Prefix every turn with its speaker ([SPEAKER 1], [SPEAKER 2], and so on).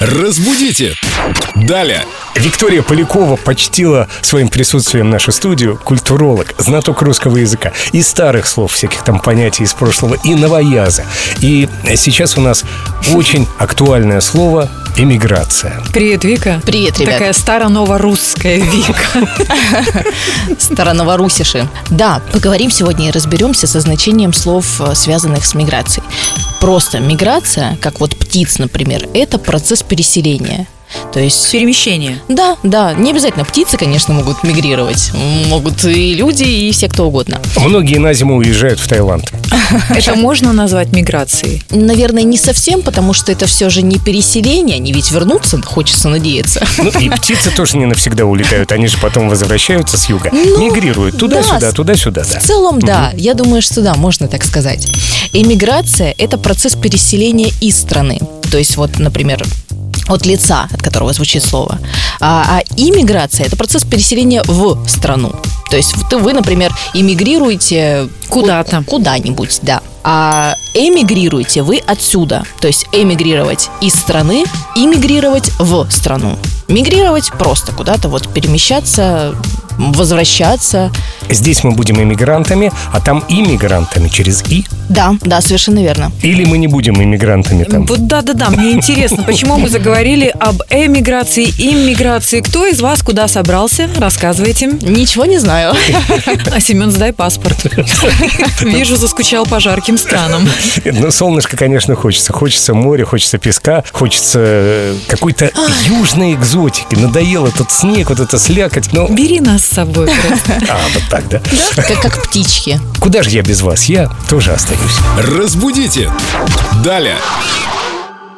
[SPEAKER 1] Разбудите! Далее!
[SPEAKER 2] Виктория Полякова почтила своим присутствием нашу студию культуролог, знаток русского языка и старых слов, всяких там понятий из прошлого, и новояза. И сейчас у нас очень актуальное слово «эмиграция».
[SPEAKER 3] Привет, Вика.
[SPEAKER 4] Привет, ребят.
[SPEAKER 3] Такая староноворусская Вика.
[SPEAKER 4] Староноворусиши. Да, поговорим сегодня и разберемся со значением слов, э, связанных с миграцией. Просто миграция, как вот птиц, например, это процесс переселения. То есть...
[SPEAKER 5] Перемещение.
[SPEAKER 4] Да, да, не обязательно птицы, конечно, могут мигрировать. М, Могут и люди, и все кто угодно.
[SPEAKER 2] Многие на зиму уезжают в Таиланд.
[SPEAKER 3] Это можно назвать миграцией?
[SPEAKER 4] Наверное, не совсем, потому что это все же не переселение, они ведь вернутся, хочется надеяться.
[SPEAKER 2] Ну, и птицы тоже не навсегда улетают, они же потом возвращаются с юга.
[SPEAKER 4] Ну,
[SPEAKER 2] Мигрируют туда-сюда,
[SPEAKER 4] да, с-
[SPEAKER 2] туда-сюда, да.
[SPEAKER 4] В целом, да. Я думаю, что да, можно так сказать. Эмиграция – это процесс переселения из страны. То есть, вот, например, от лица, от которого звучит слово. А, а иммиграция – это процесс переселения в страну. То есть вот вы, например, эмигрируете ку-
[SPEAKER 3] Куда-то.
[SPEAKER 4] Куда-нибудь, да. А эмигрируете вы отсюда. То есть эмигрировать из страны, иммигрировать в страну. Мигрировать просто куда-то, вот перемещаться, возвращаться.
[SPEAKER 2] Здесь мы будем иммигрантами, а там иммигрантами через «и».
[SPEAKER 4] Да, да, совершенно верно.
[SPEAKER 2] Или мы не будем иммигрантами там.
[SPEAKER 3] Вот да-да-да, мне интересно, почему мы заговорили об эмиграции, иммиграции. Кто из вас куда собрался? Рассказывайте.
[SPEAKER 4] Ничего не знаю.
[SPEAKER 3] А Семен, сдай паспорт. Вижу, заскучал по жарким странам.
[SPEAKER 2] Ну, солнышко, конечно, хочется. Хочется моря, хочется песка, хочется э, какой-то южной экзотики. Надоел этот снег, вот эта слякоть. Ну,
[SPEAKER 3] Бери нас с собой. просто.
[SPEAKER 2] а, вот так, да?
[SPEAKER 4] Как, как птички.
[SPEAKER 2] Куда же я без вас? Я тоже остаюсь.
[SPEAKER 1] Разбудите! Далее!